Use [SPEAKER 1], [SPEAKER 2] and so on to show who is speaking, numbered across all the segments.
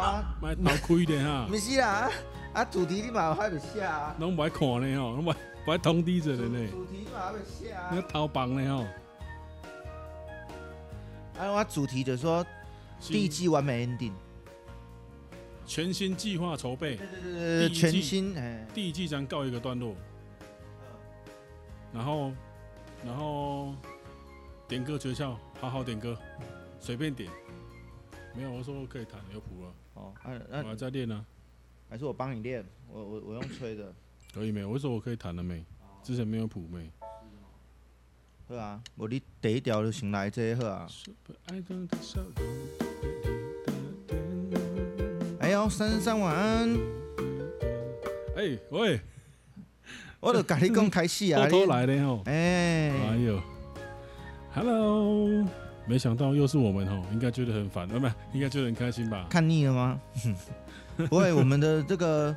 [SPEAKER 1] 难开的哈，
[SPEAKER 2] 啊不是啦，啊主题你嘛还没写啊，
[SPEAKER 1] 拢不爱看呢吼，拢不爱不爱通知着的呢，
[SPEAKER 2] 主题嘛还没写啊
[SPEAKER 1] 你，偷放呢吼。
[SPEAKER 2] 啊我主题就说第一季完美 ending，
[SPEAKER 1] 全新计划筹备，
[SPEAKER 2] 对对对对对，
[SPEAKER 1] 第一季
[SPEAKER 2] 呃全新哎，
[SPEAKER 1] 第一季将告一个段落，然后然后点歌诀窍，好好点歌，随便点。没有，我说可以弹，有谱了，
[SPEAKER 2] 哦，啊
[SPEAKER 1] 我
[SPEAKER 2] 那
[SPEAKER 1] 还在练呢、
[SPEAKER 2] 还是我帮你练，我我我用吹的，
[SPEAKER 1] 可以没？我说我可以弹了没？之前没有谱 没？
[SPEAKER 2] 好啊，我你第一条就先来这个好啊，
[SPEAKER 1] Super Idol 的笑容
[SPEAKER 2] 哎呦珊珊晚安，
[SPEAKER 1] 哎喂，
[SPEAKER 2] 我就甲你讲开始 啊，
[SPEAKER 1] 偷偷
[SPEAKER 2] 你
[SPEAKER 1] 来的吼！哎
[SPEAKER 2] 哎，
[SPEAKER 1] 呦，Hello，没想到又是我们吼，应该觉得很烦，啊不，应该觉得很开心吧？
[SPEAKER 2] 看腻了吗？ 不会，我们的这个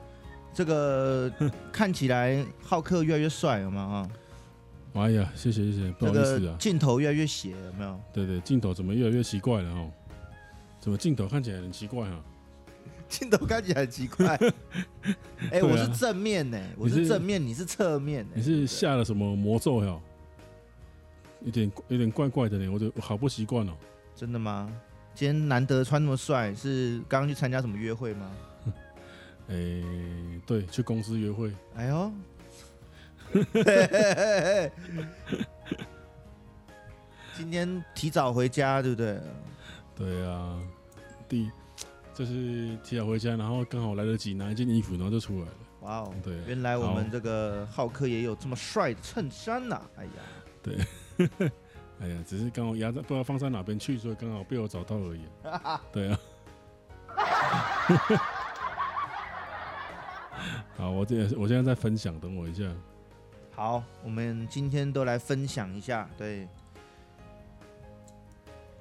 [SPEAKER 2] 这个看起来浩克越来越帅了嘛啊，
[SPEAKER 1] 哎呀，谢谢谢谢，不
[SPEAKER 2] 这
[SPEAKER 1] 好意思
[SPEAKER 2] 个
[SPEAKER 1] 啊。
[SPEAKER 2] 镜头越来越斜，有没有？
[SPEAKER 1] 对对，镜头怎么越来越奇怪了哦？怎么镜头看起来很奇怪啊？
[SPEAKER 2] 镜头看起来很奇 怪。哎、
[SPEAKER 1] 对啊
[SPEAKER 2] 我是正面呢、我
[SPEAKER 1] 你
[SPEAKER 2] 是
[SPEAKER 1] 是
[SPEAKER 2] 正面，你是侧面呢、
[SPEAKER 1] 你是下了什么魔咒呀？有点有点怪怪的呢，我就我好不习惯哦。
[SPEAKER 2] 真的吗？今天难得穿那么帅，是刚刚去参加什么约会吗？
[SPEAKER 1] 哎，对，去公司约会，
[SPEAKER 2] 哎呦， 嘿嘿嘿嘿今天提早回家，对不对？
[SPEAKER 1] 对啊，第就是提早回家，然后刚好来得及拿一件衣服，然后就出来了。
[SPEAKER 2] 哇哦，
[SPEAKER 1] 对
[SPEAKER 2] 原来我
[SPEAKER 1] 好
[SPEAKER 2] 们这个浩克也有这么帅的衬衫呐、哎呀，
[SPEAKER 1] 哎呀，只是刚好压在不知道放在哪边去，所以刚好被我找到而已。对啊。 好，我这我现在在分享，等我一下。
[SPEAKER 2] 好，我们今天都来分享一下。对，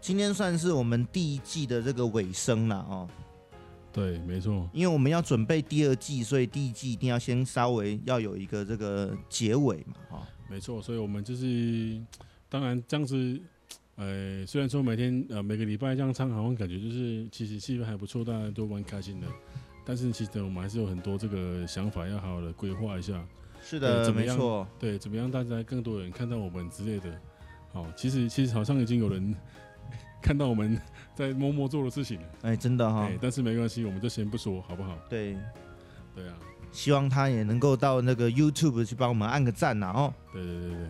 [SPEAKER 2] 今天算是我们第一季的这个尾声了哦，
[SPEAKER 1] 对，没错，
[SPEAKER 2] 因为我们要准备第二季，所以第一季一定要先稍微要有一个这个结尾嘛，哦，
[SPEAKER 1] 没错，所以我们就是，当然这样子，呃，虽然说每天呃每个礼拜这样唱，好像感觉就是其实气氛还不错，大家都蛮开心的。但是其实我们还是有很多这个想法要好好的规划一下，
[SPEAKER 2] 是
[SPEAKER 1] 对
[SPEAKER 2] 的，
[SPEAKER 1] 怎么
[SPEAKER 2] 没
[SPEAKER 1] 样
[SPEAKER 2] 错，
[SPEAKER 1] 对，怎么样大家更多人看到我们之类的。好，其实其实好像已经有人看到我们在默默做的事情了，
[SPEAKER 2] 哎，真的
[SPEAKER 1] 哎、
[SPEAKER 2] 哈、
[SPEAKER 1] 但是没关系，我们就先不说，好不好？
[SPEAKER 2] 对，
[SPEAKER 1] 对啊，
[SPEAKER 2] 希望他也能够到那个 YouTube 去帮我们按个赞呐、哦。
[SPEAKER 1] 对对对对，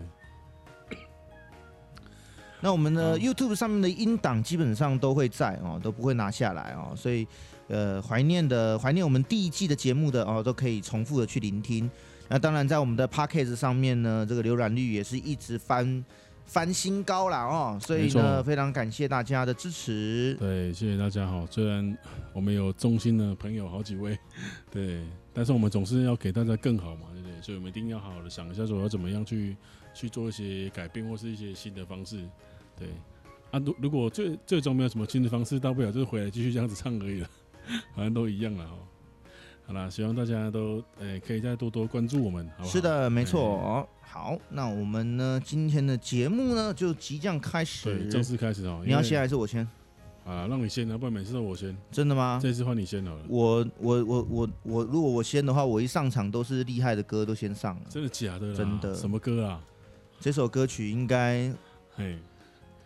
[SPEAKER 2] 那我们的
[SPEAKER 1] 嗯
[SPEAKER 2] YouTube 上面的音档基本上都会在哦，都不会拿下来哦，所以呃，怀念的怀念我们第一季的节目的哦，都可以重复的去聆听。那当然，在我们的 p a c k a g e 上面呢，这个浏览率也是一直翻翻新高啦哦，所以
[SPEAKER 1] 没错
[SPEAKER 2] 呢，非常感谢大家的支持。
[SPEAKER 1] 对，谢谢大家哈。虽然我们有中心的朋友好几位， 对，但是我们总是要给大家更好嘛，对不对？所以我们一定要好好的想一下，说要怎么样去去做一些改变或是一些新的方式，对。啊，如如果最最终没有什么新的方式，大不了就是回来继续这样子唱而已了， 好像都一样了哈。好啦，希望大家都呃、可以再多多关注我们，好不好？
[SPEAKER 2] 是，的，没错。好，那我们呢今天的节目呢就即将开
[SPEAKER 1] 对，
[SPEAKER 2] 始。
[SPEAKER 1] 正式开始哦。
[SPEAKER 2] 你要
[SPEAKER 1] 因为
[SPEAKER 2] 先还是我先？
[SPEAKER 1] 啊，让你先啊，不然每次都我先，
[SPEAKER 2] 真的吗？
[SPEAKER 1] 这次换你先好了。
[SPEAKER 2] 我我我我我，如果我先的话，我一上场都是厉害的歌都先上了。
[SPEAKER 1] 真的假的啦？
[SPEAKER 2] 真的
[SPEAKER 1] 什么歌啊？
[SPEAKER 2] 这首歌曲应该
[SPEAKER 1] 嘿。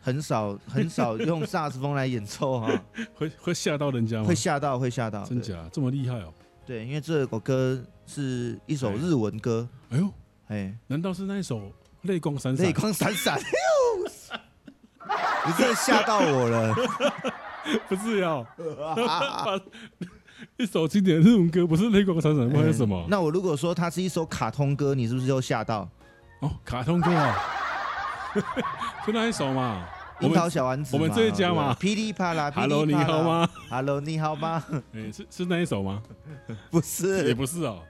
[SPEAKER 2] 很少很少 用萨克斯风来演奏哈，
[SPEAKER 1] 会会吓到人家吗？
[SPEAKER 2] 会吓到会吓到。
[SPEAKER 1] 嗯真
[SPEAKER 2] 对？
[SPEAKER 1] 假这么厉害哦？
[SPEAKER 2] 对，因为这首歌是一首日文歌，
[SPEAKER 1] 哎呦，
[SPEAKER 2] 哎，
[SPEAKER 1] 难道是那一首《泪光闪闪
[SPEAKER 2] 泪》？光闪 闪。你真的吓到我 了！
[SPEAKER 1] 不是呀、一首经典的日文歌，不是《泪光闪闪》，不然是什么？
[SPEAKER 2] 哎那我如果说它是一首卡通歌，你是不是又吓到？
[SPEAKER 1] 哦，卡通歌啊， 就那一首嘛。我
[SPEAKER 2] 樱桃
[SPEAKER 1] 们
[SPEAKER 2] 小丸子嘛，
[SPEAKER 1] 我们这一家嘛
[SPEAKER 2] 对吧噼里啪啦
[SPEAKER 1] ，Hello，你好？吗？
[SPEAKER 2] 噼里啪啦 Hello，你好吗？
[SPEAKER 1] 哎，是是那一首吗？
[SPEAKER 2] 不
[SPEAKER 1] 也
[SPEAKER 2] 是，
[SPEAKER 1] 不是哦。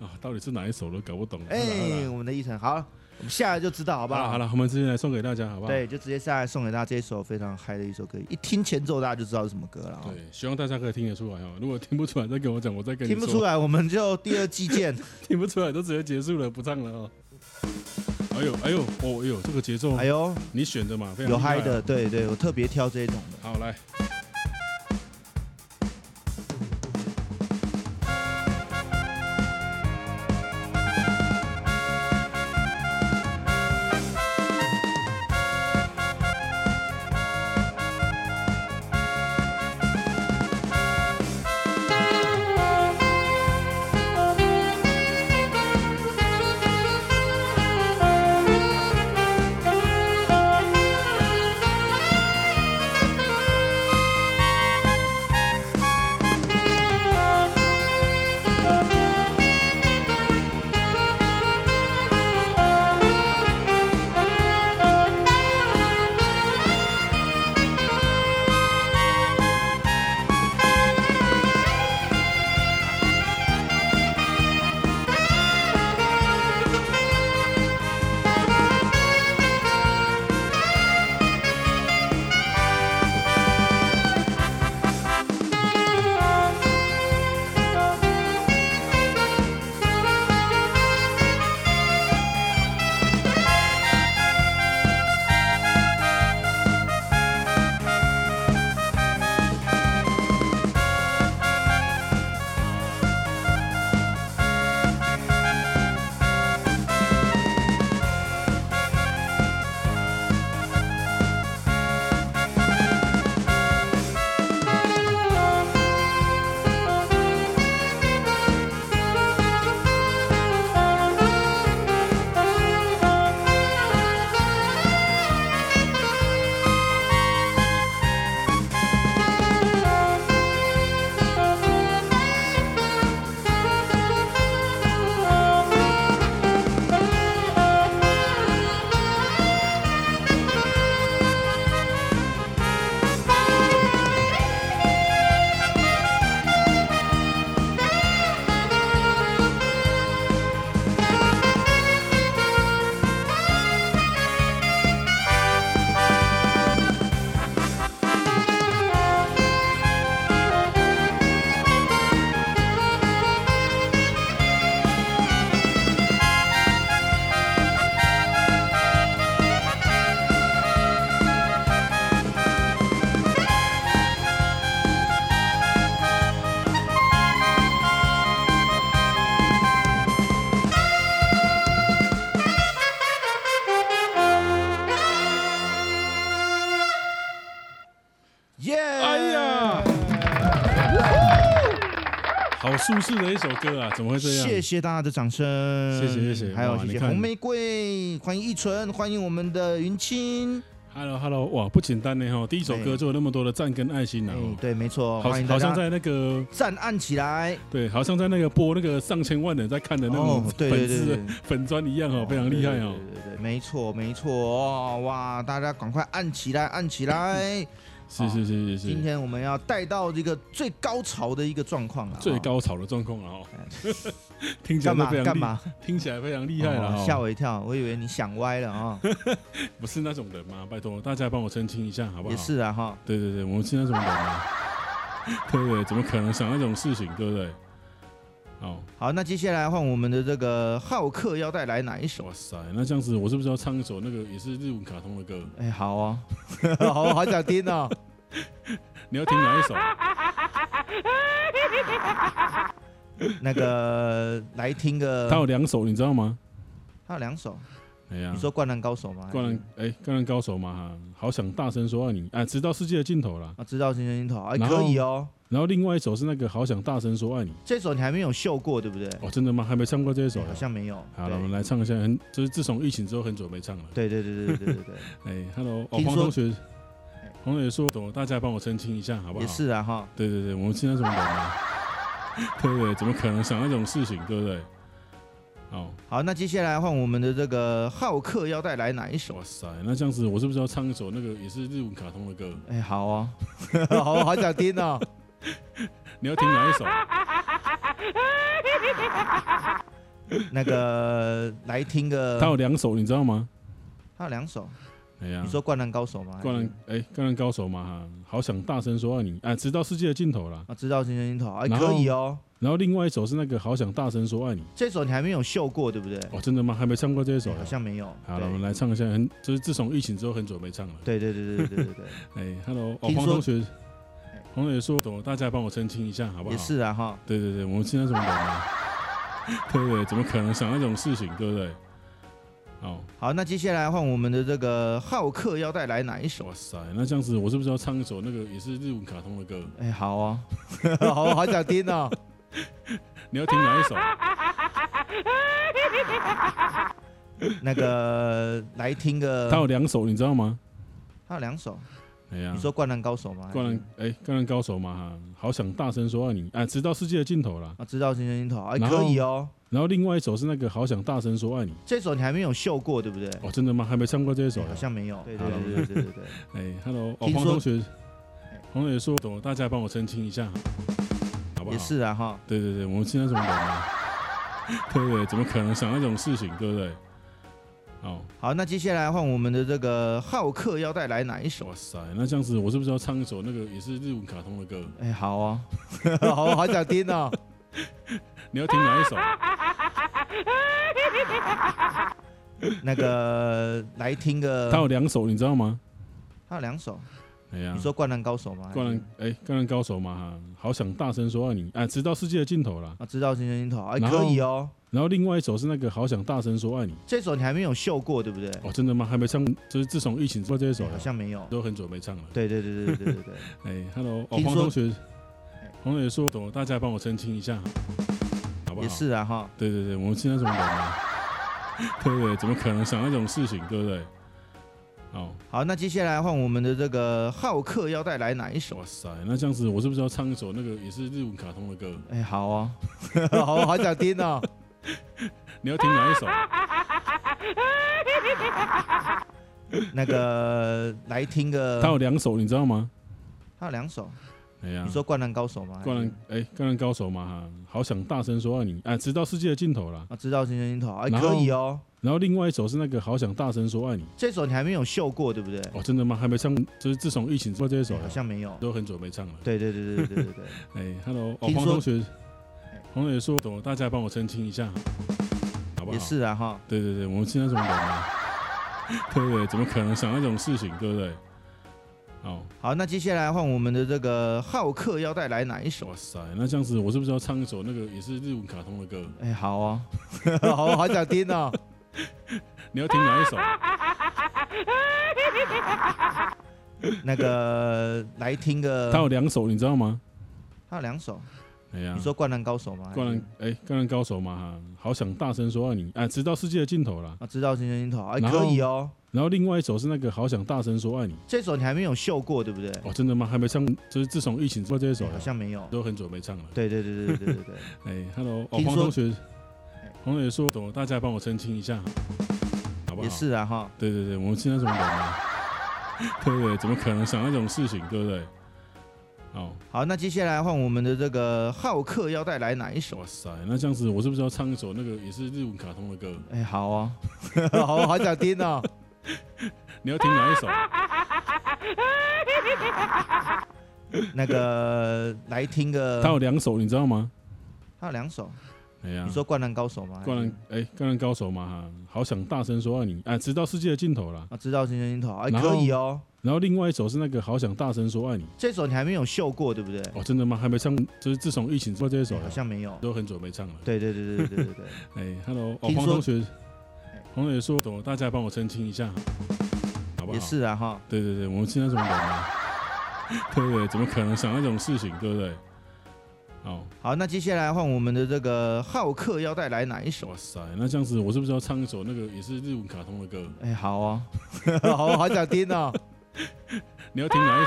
[SPEAKER 1] 啊，到底是哪一首都搞不懂。好啦好
[SPEAKER 2] 哎，
[SPEAKER 1] 啦
[SPEAKER 2] 我们的一晨，好，我们下来就知道，好不
[SPEAKER 1] 好啦
[SPEAKER 2] 好
[SPEAKER 1] 好？了，我们直接来送给大家，好不好？
[SPEAKER 2] 对，就直接下来送给大家这一首非常嗨的一首歌，一听前奏大家就知道是什么歌了、哦。
[SPEAKER 1] 对，希望大家可以听得出来哦。如果听不出来，再跟我讲，我再跟你
[SPEAKER 2] 听
[SPEAKER 1] 说。
[SPEAKER 2] 不出来，我们就第二季 见。
[SPEAKER 1] 听不出来，都直接结束了，不唱了哦。哎呦，哎呦，哦，哎呦，这个节奏
[SPEAKER 2] 哎呦，
[SPEAKER 1] 你选的嘛，非常
[SPEAKER 2] 有
[SPEAKER 1] 厉害
[SPEAKER 2] 嗨
[SPEAKER 1] 啊
[SPEAKER 2] 的，。对对，我特别挑这一种的。
[SPEAKER 1] 好，来，哎好舒适的一首歌啊，怎么会这样？
[SPEAKER 2] 谢谢大家的掌声，
[SPEAKER 1] 谢谢谢谢
[SPEAKER 2] 还有
[SPEAKER 1] 哇
[SPEAKER 2] 谢
[SPEAKER 1] 你
[SPEAKER 2] 谢
[SPEAKER 1] 看
[SPEAKER 2] 红玫瑰，欢迎一纯，欢迎我们的云清。
[SPEAKER 1] Hello Hello，哇，不简单呢哈！第一首歌
[SPEAKER 2] 对
[SPEAKER 1] 就有那么多的赞跟爱心
[SPEAKER 2] 哎
[SPEAKER 1] 啊，哦
[SPEAKER 2] 对，没错，
[SPEAKER 1] 好
[SPEAKER 2] 欢迎大
[SPEAKER 1] 好像
[SPEAKER 2] 家
[SPEAKER 1] 在那个
[SPEAKER 2] 赞按起来。
[SPEAKER 1] 对，好像在那个播那个上千万人在看的那种
[SPEAKER 2] 哦对对
[SPEAKER 1] 粉
[SPEAKER 2] 对
[SPEAKER 1] 丝
[SPEAKER 2] 对，
[SPEAKER 1] 粉砖一样哦，非常厉害
[SPEAKER 2] 对
[SPEAKER 1] 哦。
[SPEAKER 2] 对对对，对没错没错哦，哇，大家赶快按起来，按起来。
[SPEAKER 1] 是是是是
[SPEAKER 2] 今
[SPEAKER 1] 是，
[SPEAKER 2] 天我们要带到这个最高潮的一个状况了，
[SPEAKER 1] 最
[SPEAKER 2] 哦
[SPEAKER 1] 高潮的状况了哦， 听起来
[SPEAKER 2] 干
[SPEAKER 1] 都
[SPEAKER 2] 嘛
[SPEAKER 1] 非常
[SPEAKER 2] 干
[SPEAKER 1] 厉，
[SPEAKER 2] 嘛？
[SPEAKER 1] 听起来非常厉害了
[SPEAKER 2] 哦
[SPEAKER 1] 哦
[SPEAKER 2] 吓我一跳，我以为你想歪了啊，
[SPEAKER 1] 不是那种人吗？拜托大家帮我澄清一下好不好？
[SPEAKER 2] 也，是啊哈。
[SPEAKER 1] 对对对，我们是那种人吗？ 对对，对怎么可能想那种事情，对不对？哦，
[SPEAKER 2] 好，那接下来换我们的这个浩克要带来哪一首？
[SPEAKER 1] 哇塞，那这样子我是不是要唱一首那个也是日文卡通的歌？
[SPEAKER 2] 哎，好哦， 好好想听哦。
[SPEAKER 1] 你要听哪一首？
[SPEAKER 2] 那个来听个，
[SPEAKER 1] 它有两首，你知道吗？
[SPEAKER 2] 他有两首，
[SPEAKER 1] 哎呀
[SPEAKER 2] 你，说《灌篮高手》吗？
[SPEAKER 1] 灌篮哎，灌篮高手嘛哈，好想大声说爱你啊，直到世界的尽头啦。
[SPEAKER 2] 啊，知道新人樱头，哎，
[SPEAKER 1] 然后
[SPEAKER 2] 可以哦。
[SPEAKER 1] 然后另外一首是那个好想大声说爱你。
[SPEAKER 2] 这首你还没有秀过，对不对？
[SPEAKER 1] 哦，真的吗？还没唱过这一首
[SPEAKER 2] 哎好
[SPEAKER 1] 啊？
[SPEAKER 2] 像没有。
[SPEAKER 1] 好了，我们来唱一下。很就是自从疫情之后，很久没唱了。
[SPEAKER 2] 对对对对对对对对，
[SPEAKER 1] 哎，Hello，哦，
[SPEAKER 2] 听
[SPEAKER 1] 黄
[SPEAKER 2] 说
[SPEAKER 1] 同学，黄同学说，懂，大家帮我澄清一 下好不
[SPEAKER 2] 也
[SPEAKER 1] 好？
[SPEAKER 2] 是啊哈。
[SPEAKER 1] 对对对，我们是那种人啊， 对不对？怎么可能想那种事情，对不对？哦，
[SPEAKER 2] 好，那接下来换我们的这个浩克要带来哪一首
[SPEAKER 1] 哇？塞，那这样子我是不是要唱一首那个也是日文卡通的歌？
[SPEAKER 2] 哎，好哦， 好好想听哦。
[SPEAKER 1] 你要听哪一首？
[SPEAKER 2] 那个来听个，
[SPEAKER 1] 它有两首，你知道吗？
[SPEAKER 2] 他有两首，
[SPEAKER 1] 哎呀
[SPEAKER 2] 你，说《灌篮高手》吗？
[SPEAKER 1] 灌篮哎，灌篮高手嘛哈，好想大声说爱你啊，直到世界的尽头啦。
[SPEAKER 2] 啊，知道新人樱头，哎，
[SPEAKER 1] 然后
[SPEAKER 2] 可以哦。
[SPEAKER 1] 然后另外一首是那个好想大声说爱你。
[SPEAKER 2] 这首你还没有秀过，对不对？
[SPEAKER 1] 哦，真的吗？还没唱过这一首
[SPEAKER 2] 哎
[SPEAKER 1] 啊
[SPEAKER 2] 好？像没有。
[SPEAKER 1] 好了，我们来唱一下。很就是自从疫情之后，很久没唱了。
[SPEAKER 2] 对对对对对对对 对。
[SPEAKER 1] 哎，Hello，哦，
[SPEAKER 2] 听
[SPEAKER 1] 黄
[SPEAKER 2] 说哎
[SPEAKER 1] 同学，黄同学说，懂，大家帮我澄清一下好不好？
[SPEAKER 2] 也是啊哈，
[SPEAKER 1] 对对对，我们是那种人啊， 对不对？怎么可能想那种事情，对不对？哦，
[SPEAKER 2] 好，那接下来换我们的这个浩克要带来哪一首？
[SPEAKER 1] 哇塞，那这样子我是不是要唱一首那个也是日文卡通的歌？
[SPEAKER 2] 哎，好 哦，好好想听哦。
[SPEAKER 1] 你要听哪一首？
[SPEAKER 2] 那个来听 个，
[SPEAKER 1] 它有两首，你知道吗？
[SPEAKER 2] 他有两首，
[SPEAKER 1] 哎呀
[SPEAKER 2] 你，说《灌篮高手》吗？
[SPEAKER 1] 灌篮哎，灌篮高手嘛哈，好想大声说爱你啊，直到世界的尽头啦。
[SPEAKER 2] 啊，知道新人樱头，哎，
[SPEAKER 1] 然后
[SPEAKER 2] 可以哦。
[SPEAKER 1] 然后另外一首是那个好想大声说爱你。
[SPEAKER 2] 这首你还没有秀过，对不对？
[SPEAKER 1] 哦，真的吗？还没唱过这一首
[SPEAKER 2] 哎
[SPEAKER 1] 啊
[SPEAKER 2] 好？像没有。对对
[SPEAKER 1] 好
[SPEAKER 2] 对对对对对。
[SPEAKER 1] 哎，Hello，哦，
[SPEAKER 2] 听
[SPEAKER 1] 黄
[SPEAKER 2] 说
[SPEAKER 1] 同学，黄同学说，懂，大家帮我澄清一下，好不好？
[SPEAKER 2] 也是啊哈，
[SPEAKER 1] 对对对，我们是那种人啊， 对不对？怎么可能想那种事情，对不对？哦，
[SPEAKER 2] 好，那接下来换我们的这个浩克要带来哪一首？
[SPEAKER 1] 哇塞，那这样子我是不是要唱一首那个也是日文卡通的歌？
[SPEAKER 2] 哎，好
[SPEAKER 1] 啊
[SPEAKER 2] 哦， 好好想听哦。
[SPEAKER 1] 你要听哪一首？
[SPEAKER 2] 呃那个来听 个，
[SPEAKER 1] 它有两首，你知道吗？
[SPEAKER 2] 他有两首，
[SPEAKER 1] 哎呀
[SPEAKER 2] 你，说《灌篮高手》吗？
[SPEAKER 1] 灌篮哎，灌篮高手嘛哈，好想大声说爱你啊，直到世界的尽头啦。
[SPEAKER 2] 啊，知道新人樱头，哎，
[SPEAKER 1] 然后
[SPEAKER 2] 可以哦。
[SPEAKER 1] 然后另外一首是那个好想大声说爱你。
[SPEAKER 2] 这首你还没有秀过，对不对？
[SPEAKER 1] 哦，真的吗？还没唱，就是自从疫情之后这一首
[SPEAKER 2] 哎好像没有。
[SPEAKER 1] 都很久没唱了。
[SPEAKER 2] 对对对对对对 对对。
[SPEAKER 1] 哎，Hello，哦，
[SPEAKER 2] 听
[SPEAKER 1] 黄
[SPEAKER 2] 说
[SPEAKER 1] 同学，黄同学说，懂，大家帮我澄清一下，好不好？
[SPEAKER 2] 也是啊哈，
[SPEAKER 1] 对对对，我们是那种人啊， 对不对？怎么可能想那种事情，对不对？哦，
[SPEAKER 2] 好，那接下来换我们的这个浩克要带来哪一首？
[SPEAKER 1] 哇塞，那这样子我是不是要唱一首那个也是日文卡通的歌？
[SPEAKER 2] 哎，好
[SPEAKER 1] 啊
[SPEAKER 2] 哦， 好好想听 哦。
[SPEAKER 1] 你要听哪一首？
[SPEAKER 2] 那个来听个，
[SPEAKER 1] 它有两首，你知道吗？
[SPEAKER 2] 他有两首，
[SPEAKER 1] 哎呀
[SPEAKER 2] 你，说《灌篮高手》吗？
[SPEAKER 1] 灌篮哎，灌篮高手嘛哈，好想大声说爱你啊，直到世界的尽头啦。
[SPEAKER 2] 啊，知道新人樱头，哎，
[SPEAKER 1] 然后
[SPEAKER 2] 可以哦。
[SPEAKER 1] 然后另外一首是那个好想大声说爱你。
[SPEAKER 2] 这首你还没有秀过，对不对？
[SPEAKER 1] 哦，真的吗？还没唱，就是自从疫情之后这一首
[SPEAKER 2] 哎好像没有。
[SPEAKER 1] 都很久没唱了。
[SPEAKER 2] 对对对对对对 对对。
[SPEAKER 1] 哎，Hello，哦，
[SPEAKER 2] 听
[SPEAKER 1] 黄
[SPEAKER 2] 说
[SPEAKER 1] 同学，黄同学说，懂，大家帮我澄清一下，好不好？
[SPEAKER 2] 也是啊哈，
[SPEAKER 1] 对对对，我们是那种人啊， 对不对？怎么可能想那种事情，对不对？哦，
[SPEAKER 2] 好，那接下来换我们的这个浩克要带来哪一首
[SPEAKER 1] 哇？塞，那这样子我是不是要唱一首那个也是日文卡通的歌？
[SPEAKER 2] 哎，好哦，
[SPEAKER 1] 啊
[SPEAKER 2] 好好想听哦。
[SPEAKER 1] 你要听哪一首？
[SPEAKER 2] 啊那个来听个，呃
[SPEAKER 1] 它有两首，你知道吗？
[SPEAKER 2] 他有两首，
[SPEAKER 1] 哎哎呀
[SPEAKER 2] 你，说《灌篮高手》吗？
[SPEAKER 1] 灌
[SPEAKER 2] 还
[SPEAKER 1] 篮
[SPEAKER 2] 是
[SPEAKER 1] 哎，灌篮高手嘛，好想大声说爱你啊，直到世界的尽头啦。
[SPEAKER 2] 啊，知道《新人樱头》哎，
[SPEAKER 1] 然后
[SPEAKER 2] 可以哦。
[SPEAKER 1] 然后另外一首是那个好想大声说爱你，
[SPEAKER 2] 这首你还没有秀过，对不对？
[SPEAKER 1] 哦，真的吗？还没唱，就是自从疫情之后这一首
[SPEAKER 2] 哎好像没有。
[SPEAKER 1] 都很久没唱了。
[SPEAKER 2] 对对对对对对对对。
[SPEAKER 1] 哎，Hello，哦，
[SPEAKER 2] 听
[SPEAKER 1] 黄
[SPEAKER 2] 说
[SPEAKER 1] 同学，黄同学说，懂，大家帮我澄清一下，好不好？
[SPEAKER 2] 也是啊哈，
[SPEAKER 1] 对对对，我们现在怎么人啊？ 对不对？怎么可能想那种事情，对不对？哦好，
[SPEAKER 2] 好，那接下来换我们的这个浩克要带来哪一首？
[SPEAKER 1] 哇塞，那这样子，我是不是要唱一首那个也是日文卡通的歌？
[SPEAKER 2] 哎，好哦，好好想听哦。
[SPEAKER 1] 你要听哪一首？
[SPEAKER 2] 那个来听个，
[SPEAKER 1] 它有两首，你知道吗？
[SPEAKER 2] 他有两首，
[SPEAKER 1] 哎呀
[SPEAKER 2] 你，说《灌篮高手》吗？
[SPEAKER 1] 灌篮哎，灌篮高手嘛，哈好想大声说爱你啊，直到世界的尽头啦。
[SPEAKER 2] 啊，知道《新人樱头》哎，
[SPEAKER 1] 然后
[SPEAKER 2] 可以哦。
[SPEAKER 1] 然后另外一首是那个好想大声说爱你，
[SPEAKER 2] 这首你还没有秀过，对不对？
[SPEAKER 1] 哦，真的吗？还没唱，就是自从疫情之后这一首
[SPEAKER 2] 哎好像没有。
[SPEAKER 1] 都很久没唱了。
[SPEAKER 2] 对对对对对对对对。
[SPEAKER 1] 哎，Hello，哦，
[SPEAKER 2] 听说
[SPEAKER 1] 黄同学，黄同学说，懂，大家帮我澄清一下，好不好？
[SPEAKER 2] 也是啊哈，
[SPEAKER 1] 对对对，我们现在怎么人啊？ 对不对？怎么可能想那种事情，对不对？好，
[SPEAKER 2] 好，那接下来换我们的这个浩克要带来哪一首？
[SPEAKER 1] 哇塞，那这样子，我是不是要唱一首那个也是日文卡通的歌？
[SPEAKER 2] 哎，好哦， 好好想听哦。
[SPEAKER 1] 你要听哪一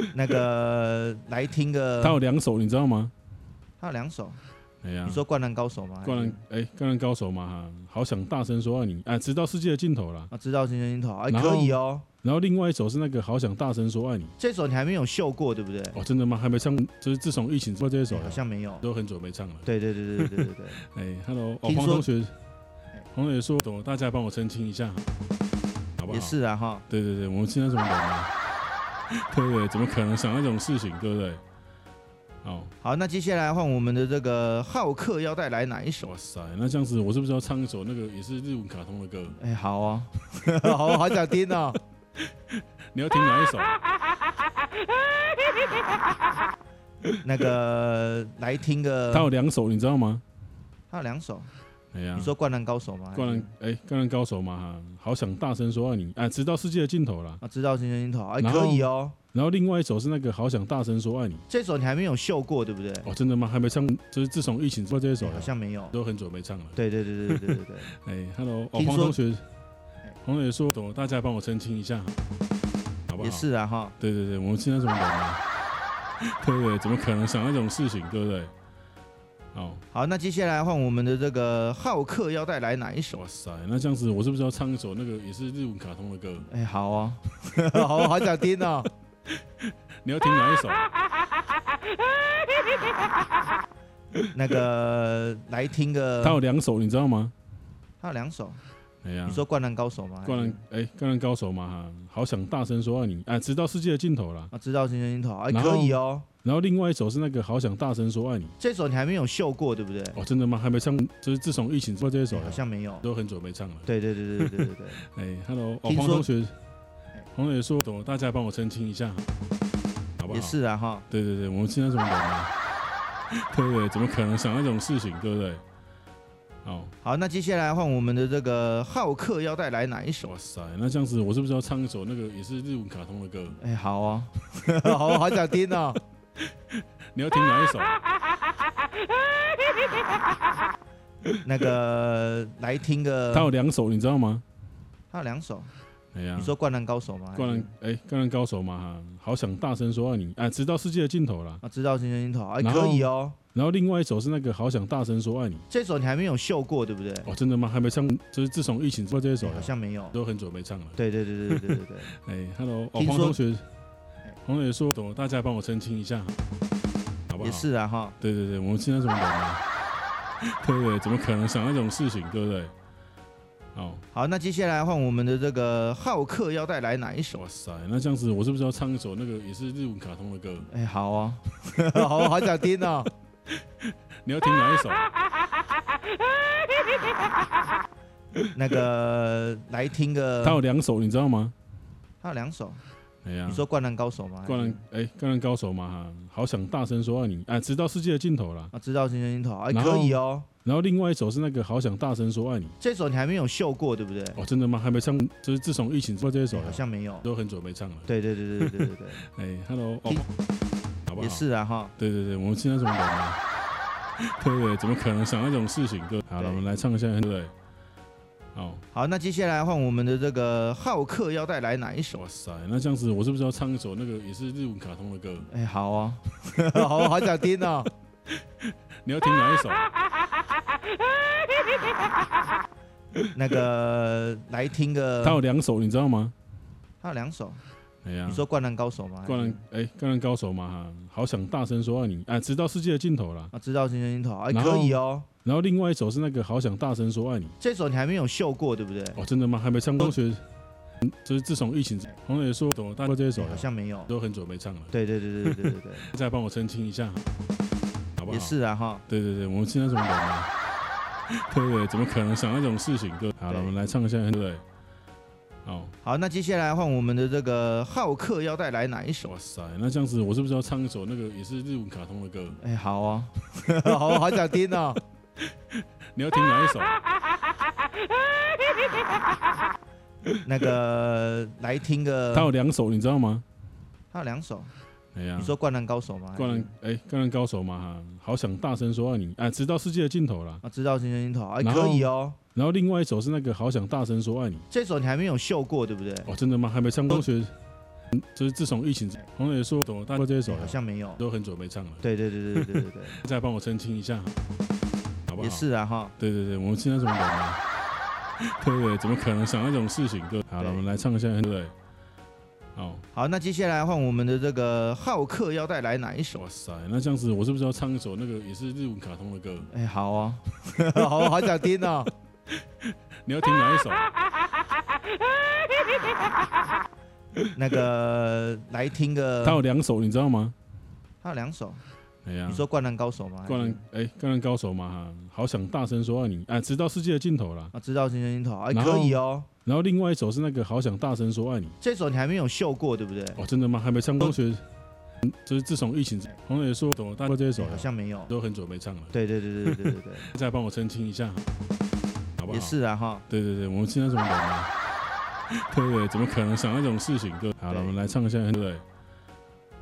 [SPEAKER 1] 首？
[SPEAKER 2] 那个来听个，
[SPEAKER 1] 它有两首，你知道吗？
[SPEAKER 2] 他有两首，
[SPEAKER 1] 哎呀
[SPEAKER 2] 你，说《灌篮高手》吗？
[SPEAKER 1] 灌篮哎，灌篮高手嘛，哈好想大声说爱你啊，直到世界的尽头啦。
[SPEAKER 2] 啊，知道《新人樱头》哎，
[SPEAKER 1] 然后
[SPEAKER 2] 可以哦。
[SPEAKER 1] 然后另外一首是那个好想大声说爱你，
[SPEAKER 2] 这首你还没有秀过，对不对？
[SPEAKER 1] 哦，真的吗？还没唱，就是自从疫情之后这一首
[SPEAKER 2] 哎好像没有。
[SPEAKER 1] 都很久没唱了。
[SPEAKER 2] 对对对对对对对对。
[SPEAKER 1] 哎，Hello，哦，
[SPEAKER 2] 听
[SPEAKER 1] 黄
[SPEAKER 2] 说
[SPEAKER 1] 同学，黄同学说，懂，大家帮我澄清一下，好不好？
[SPEAKER 2] 也是啊哈，
[SPEAKER 1] 对对对，我们现在怎么人啊？ 对不对？怎么可能想那种事情，对不对？好，
[SPEAKER 2] 好，那接下来换我们的这个浩克要带来哪一首？
[SPEAKER 1] 哇塞，那这样子，我是不是要唱一首那个也是日文卡通的歌？
[SPEAKER 2] 哎，好哦， 好好想听哦。
[SPEAKER 1] 你要听哪一首？
[SPEAKER 2] 啊那个来听个，
[SPEAKER 1] 它有两首，你知道吗？
[SPEAKER 2] 他有两首，
[SPEAKER 1] 哎呀
[SPEAKER 2] 你，说《灌篮高手》吗？
[SPEAKER 1] 灌篮哎，灌篮高手嘛，哈好想大声说爱你啊，直到世界的尽头啦。
[SPEAKER 2] 啊，知道《新人樱头》哎，
[SPEAKER 1] 然后
[SPEAKER 2] 可以哦。
[SPEAKER 1] 然后另外一首是那个好想大声说爱你，
[SPEAKER 2] 这首你还没有秀过，对不对？
[SPEAKER 1] 哦，真的吗？还没唱，就是自从疫情之后这一首
[SPEAKER 2] 哎好像没有。
[SPEAKER 1] 都很久没唱了。
[SPEAKER 2] 对对对对对对对 对。
[SPEAKER 1] 哎，Hello，哦，
[SPEAKER 2] 听
[SPEAKER 1] 黄
[SPEAKER 2] 说
[SPEAKER 1] 同学，黄同学说，懂，大家帮我澄清一下，好不好？
[SPEAKER 2] 也是啊哈，
[SPEAKER 1] 对对对，我们现在怎么人啊？ 对不对？怎么可能想那种事情，对不对？哦好，
[SPEAKER 2] 好，那接下来换我们的这个浩克要带来哪一首？
[SPEAKER 1] 哇塞，那这样子，我是不是要唱一首那个也是日文卡通的歌？
[SPEAKER 2] 哎，好哦， 好好想听 哦。
[SPEAKER 1] 你要听 哪一首？
[SPEAKER 2] 那个来听个，
[SPEAKER 1] 它有两首，你知道吗？
[SPEAKER 2] 他有两首，
[SPEAKER 1] 哎呀
[SPEAKER 2] 你，说《灌篮高手》吗？
[SPEAKER 1] 灌篮哎，灌篮高手嘛，哈好想大声说爱你啊，直到世界的尽头啦。
[SPEAKER 2] 啊，知道《新人樱头》哎，
[SPEAKER 1] 然后
[SPEAKER 2] 可以哦。
[SPEAKER 1] 然后另外一首是那个好想大声说爱你，
[SPEAKER 2] 这首你还没有秀过，对不对？
[SPEAKER 1] 哦，真的吗？还没唱，就是自从疫情之后这一首啊
[SPEAKER 2] 哎好像没有。
[SPEAKER 1] 都很久没唱了。
[SPEAKER 2] 对对对对对对对对。
[SPEAKER 1] 哎，Hello，哦，
[SPEAKER 2] 听
[SPEAKER 1] 黄
[SPEAKER 2] 说
[SPEAKER 1] 同学，黄同学说，懂，大家帮我澄清一下，好不好？
[SPEAKER 2] 也是啊哈，
[SPEAKER 1] 对对对，我们现在怎么人啊？ 对不对？怎么可能想那种事情，对不对？好，
[SPEAKER 2] 好，那接下来换我们的这个浩克要带来哪一首？
[SPEAKER 1] 哇塞，那这样子，我是不是要唱一首那个也是日文卡通的歌？
[SPEAKER 2] 哎，好 哦，好好想听哦。
[SPEAKER 1] 你要听哪一首？
[SPEAKER 2] 那个来听个，
[SPEAKER 1] 它有两首，你知道吗？
[SPEAKER 2] 他有两首，
[SPEAKER 1] 哎呀
[SPEAKER 2] 你，说《灌篮高手》吗？
[SPEAKER 1] 灌篮哎，灌篮高手嘛，哈好想大声说爱你啊，直到世界的尽头啦。
[SPEAKER 2] 啊，知道《新人樱头》哎，
[SPEAKER 1] 然后
[SPEAKER 2] 可以哦。
[SPEAKER 1] 然后另外一首是那个好想大声说爱你，
[SPEAKER 2] 这首你还没有秀过，对不对？
[SPEAKER 1] 哦，真的吗？还没唱，就是自从疫情之后这一首啊
[SPEAKER 2] 好像没有。
[SPEAKER 1] 都很久没唱了。
[SPEAKER 2] 对对对对对对对对。
[SPEAKER 1] 哎，Hello，哦，
[SPEAKER 2] 听
[SPEAKER 1] 黄
[SPEAKER 2] 说
[SPEAKER 1] 同学，黄同学说，懂，大家帮我澄清一下，好不好？
[SPEAKER 2] 也是啊哈，
[SPEAKER 1] 对对对，我们现在怎么人啊？ 对不对？怎么可能想那种事情，对不对？哦好，
[SPEAKER 2] 好，那接下来换我们的这个浩克要带来哪一首？
[SPEAKER 1] 哇塞，那这样子，我是不是要唱一首那个也是日文卡通的歌？
[SPEAKER 2] 哎，好哦，好好想听哦。
[SPEAKER 1] 你要听哪一首？
[SPEAKER 2] 那个来听个，
[SPEAKER 1] 它有两首，你知道吗？
[SPEAKER 2] 他有两首，
[SPEAKER 1] 哎呀
[SPEAKER 2] 你，说《灌篮高手》吗？
[SPEAKER 1] 灌篮哎，灌篮高手嘛，好想大声说爱你啊，直到世界的尽头啦。
[SPEAKER 2] 啊，知道《星星头》哎，
[SPEAKER 1] 然后
[SPEAKER 2] 可以哦。
[SPEAKER 1] 然后另外一首是那个好想大声说爱你，
[SPEAKER 2] 这首你还没有秀过，对不对？
[SPEAKER 1] 哦，真的吗？还没唱，就是自从疫情之后这一首
[SPEAKER 2] 哎好像没有。
[SPEAKER 1] 都很久没唱了。
[SPEAKER 2] 对对对对对对对对，
[SPEAKER 1] 哎，Hello，哦
[SPEAKER 2] 听，
[SPEAKER 1] 好不好？
[SPEAKER 2] 也是啊哈。
[SPEAKER 1] 对对对，我们是那种人啊， 对不对？怎么可能想那种事情？对，好了，
[SPEAKER 2] 对
[SPEAKER 1] 我们来唱一下，对不对？哦好，
[SPEAKER 2] 好，那接下来换我们的这个浩克要带来哪一首？
[SPEAKER 1] 哇塞，那这样子，我是不是要唱一首那个也是日文卡通的歌？
[SPEAKER 2] 哎，好哦， 好好想听哦。
[SPEAKER 1] 你要听哪一首？
[SPEAKER 2] 啊那个来听个，
[SPEAKER 1] 它有两首，你知道吗？
[SPEAKER 2] 他有两首。
[SPEAKER 1] 哎呀
[SPEAKER 2] 你，说《灌篮高手》吗？
[SPEAKER 1] 灌篮哎，灌篮高手嘛，好想大声说爱你啊，直到世界的尽头啦。
[SPEAKER 2] 啊，知道《星星头》哎，
[SPEAKER 1] 然后
[SPEAKER 2] 可以哦。
[SPEAKER 1] 然后另外一首是那个好想大声说爱你。
[SPEAKER 2] 这首你还没有秀过，对不对？
[SPEAKER 1] 哦，真的吗？还没唱过学，嗯就是自从疫情之后，红磊说懂，大概这一首
[SPEAKER 2] 哎好像没有。
[SPEAKER 1] 都很久没唱了，
[SPEAKER 2] 对对对对对对对 对，
[SPEAKER 1] 再帮我澄清一下，好不好？
[SPEAKER 2] 也是啊哈。
[SPEAKER 1] 对对对，我们是那种人啊， 对不对？怎么可能想那种事情？对，好了，
[SPEAKER 2] 对
[SPEAKER 1] 我们来唱一下，对不对？哦好，
[SPEAKER 2] 好，那接下来换我们的这个浩克要带来哪一首？
[SPEAKER 1] 哇塞，那这样子，我是不是要唱一首那个也是日文卡通的歌？
[SPEAKER 2] 哎，好哦， 好好想听哦。
[SPEAKER 1] 你要听哪一首？
[SPEAKER 2] 啊那个来听个，
[SPEAKER 1] 它有两首，你知道吗？
[SPEAKER 2] 他有两首。
[SPEAKER 1] 哎呀
[SPEAKER 2] 你，说《灌篮高手》吗？
[SPEAKER 1] 灌篮哎，灌篮高手嘛，好想大声说爱你啊，直到世界的尽头啦。
[SPEAKER 2] 啊，知道《星星头》哎，
[SPEAKER 1] 然后
[SPEAKER 2] 可以哦。
[SPEAKER 1] 然后另外一首是那个好想大声说爱你。
[SPEAKER 2] 这首你还没有秀过，对不对？
[SPEAKER 1] 哦，真的吗？还没唱过学，嗯就是自从疫情之后，红磊说懂，大概这一首啊
[SPEAKER 2] 哎好像没有。
[SPEAKER 1] 都很久没唱了，
[SPEAKER 2] 对对对对对对对对，
[SPEAKER 1] 再帮我澄清一下，好不好？
[SPEAKER 2] 也是啊哈。
[SPEAKER 1] 对对对，我们是那种人啊， 对不对？怎么可能想那种事情？对，好了，
[SPEAKER 2] 对
[SPEAKER 1] 我们来唱一下，对不对？哦好，
[SPEAKER 2] 好，那接下来换我们的这个浩克要带来哪一首？
[SPEAKER 1] 哇塞，那这样子，我是不是要唱一首那个也是日文卡通的歌？
[SPEAKER 2] 哎，好哦，好好想听哦。
[SPEAKER 1] 你要听 哪一首？
[SPEAKER 2] 那个来听个，
[SPEAKER 1] 它有两首，你知道吗？
[SPEAKER 2] 他有两首。
[SPEAKER 1] 哎呀
[SPEAKER 2] 你，说《灌篮高手》吗？
[SPEAKER 1] 灌篮哎，灌篮高手嘛，好想大声说爱你啊，直到世界的尽头啦。
[SPEAKER 2] 啊，知道《星星头》哎，
[SPEAKER 1] 然后
[SPEAKER 2] 可以哦。
[SPEAKER 1] 然后另外一首是那个好想大声说爱你。
[SPEAKER 2] 这首你还没有秀过，对不对？
[SPEAKER 1] 哦，真的吗？还没唱过学，
[SPEAKER 2] 哦
[SPEAKER 1] 嗯就是自从疫情之后，红磊说懂，大概这一首
[SPEAKER 2] 哎好像没有。
[SPEAKER 1] 都很久没唱了，
[SPEAKER 2] 对对对对对对对对，
[SPEAKER 1] 再帮我澄清一下，好不好？
[SPEAKER 2] 也是啊哈。
[SPEAKER 1] 对对对，我们是那种人啊， 对不对？怎么可能想那种事情？对，好了，
[SPEAKER 2] 对
[SPEAKER 1] 我们来唱一下，对不对？哦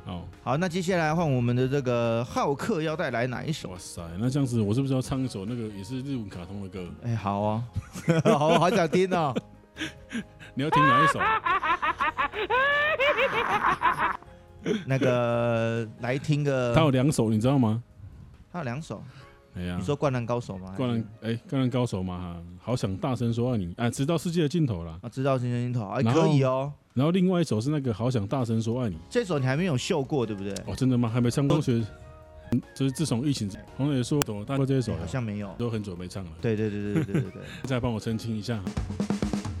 [SPEAKER 1] 好，
[SPEAKER 2] 好，那接下来换我们的这个浩克要带来哪一首？
[SPEAKER 1] 哇塞，那这样子，我是不是要唱一首那个也是日文卡通的歌？
[SPEAKER 2] 哎，好哦，好好想听哦。
[SPEAKER 1] 你要听 哪一首？
[SPEAKER 2] 那个来听个，
[SPEAKER 1] 它有两首，你知道吗？
[SPEAKER 2] 他有两首。
[SPEAKER 1] 哎呀
[SPEAKER 2] 你，说《灌篮高手》吗？
[SPEAKER 1] 灌篮哎，灌篮高手嘛，好想大声说爱你啊，直到世界的尽头啦。
[SPEAKER 2] 啊，知道《星星头》哎，
[SPEAKER 1] 然后
[SPEAKER 2] 可以哦。
[SPEAKER 1] 然后另外一首是那个好想大声说爱你。
[SPEAKER 2] 这首你还没有秀过，对不对？
[SPEAKER 1] 哦，真的吗？还没唱过学，嗯就是自从疫情之后，红磊说懂，大概这一首
[SPEAKER 2] 哎好像没有。
[SPEAKER 1] 都很久没唱了，
[SPEAKER 2] 对对对对对对 对对，
[SPEAKER 1] 再帮我澄清一下，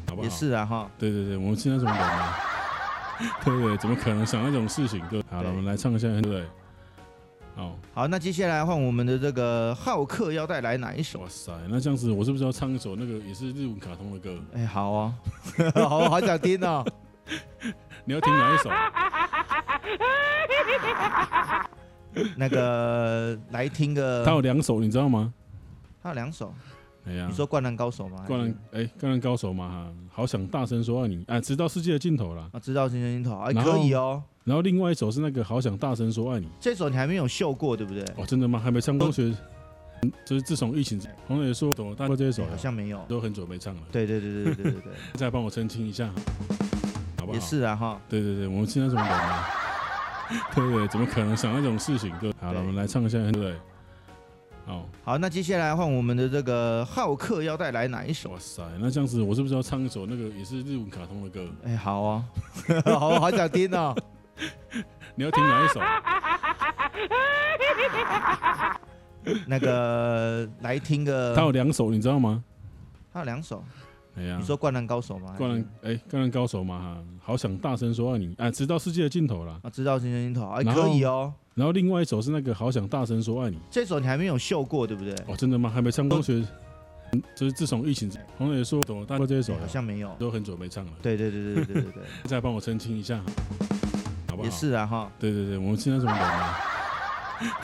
[SPEAKER 1] 好不好？
[SPEAKER 2] 也，是啊哈。
[SPEAKER 1] 对对对，我们是那种人啊， 对不对？怎么可能想那种事情？对，好了，
[SPEAKER 2] 对
[SPEAKER 1] 我们来唱一下，对不对？好，
[SPEAKER 2] 好，那接下来换我们的这个浩克要带来哪一首？
[SPEAKER 1] 哇塞，那这样子，我是不是要唱一首那个也是日文卡通的歌？
[SPEAKER 2] 哎，好哦， 好好想听 哦。
[SPEAKER 1] 你要听哪一首？
[SPEAKER 2] 啊那个来听个，
[SPEAKER 1] 它有两首，你知道吗？
[SPEAKER 2] 他有两首。
[SPEAKER 1] 哎呀
[SPEAKER 2] 你，说《灌篮高手》吗？
[SPEAKER 1] 灌篮哎，灌篮高手嘛，好想大声说爱你啊，直到世界的尽头啦。
[SPEAKER 2] 啊，知道《星星头》哎，
[SPEAKER 1] 然后
[SPEAKER 2] 可以哦。
[SPEAKER 1] 然后另外一首是那个好想大声说爱你。
[SPEAKER 2] 这首你还没有秀过，对不对？
[SPEAKER 1] 哦，真的吗？还没唱过学，嗯就是自从疫情之后，红磊说懂，大概这一首
[SPEAKER 2] 哎好像没有。
[SPEAKER 1] 都很久没唱了，
[SPEAKER 2] 对对对对对对 对对，
[SPEAKER 1] 再帮我澄清一下，好不好？
[SPEAKER 2] 也，是啊哈。
[SPEAKER 1] 对对对，我们是那种人啊， 对不对？怎么可能想那种事情？对，好了，
[SPEAKER 2] 对
[SPEAKER 1] 我们来唱一下，对不对？哦好，
[SPEAKER 2] 好，那接下来换我们的这个浩克要带来哪一首？
[SPEAKER 1] 哇塞，那这样子，我是不是要唱一首那个也是日文卡通的歌？
[SPEAKER 2] 哎，好哦， 好好想听哦。
[SPEAKER 1] 你要听哪 一首？
[SPEAKER 2] 那个来听个，
[SPEAKER 1] 它有两首，你知道吗？
[SPEAKER 2] 他有两首。
[SPEAKER 1] 哎呀
[SPEAKER 2] 你，说《灌篮高手》吗？
[SPEAKER 1] 灌篮哎，灌篮高手嘛，好想大声说爱你啊，直到世界的尽头啦。
[SPEAKER 2] 啊，知道《星星头》哎，
[SPEAKER 1] 然后
[SPEAKER 2] 可以哦。
[SPEAKER 1] 然后另外一首是那个好想大声说爱你。
[SPEAKER 2] 这首你还没有秀过，对不对？
[SPEAKER 1] 哦，真的吗？还没唱过学，嗯就是自从疫情之后，红磊说懂，大概这一首
[SPEAKER 2] 好像没有。
[SPEAKER 1] 都很久没唱了，
[SPEAKER 2] 对对对对对对对对，
[SPEAKER 1] 再帮我澄清一下，好不好？
[SPEAKER 2] 也是啊哈，
[SPEAKER 1] 对对对，我们是那种人啊，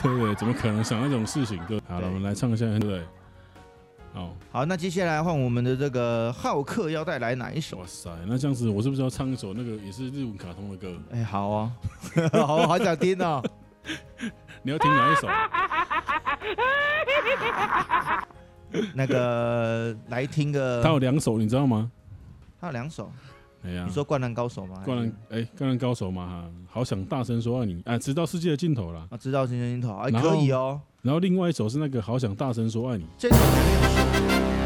[SPEAKER 1] 对对，怎么可能想那种事情？对，好了，
[SPEAKER 2] 对
[SPEAKER 1] 我们来唱一下，对不对？哦好，
[SPEAKER 2] 好，那接下来换我们的这个浩克要带来哪一首？
[SPEAKER 1] 哇塞，那这样子，我是不是要唱一首那个也是日文卡通的歌？
[SPEAKER 2] 哎、好啊、哦， 好，好想听哦。
[SPEAKER 1] 你要听哪一首？
[SPEAKER 2] 啊那个来听个，
[SPEAKER 1] 它有两首，你知道吗？
[SPEAKER 2] 他有两首，
[SPEAKER 1] 哎呀
[SPEAKER 2] 你，说《灌篮高手》吗？
[SPEAKER 1] 灌篮，哎，灌篮高手嘛，哈，好想大声说爱你，啊，直到世界的尽头啦。
[SPEAKER 2] 啊，知道星星头，哎、
[SPEAKER 1] 然后
[SPEAKER 2] 可以哦。
[SPEAKER 1] 然后另外一首是那个好想大声说爱你，
[SPEAKER 2] 这首里面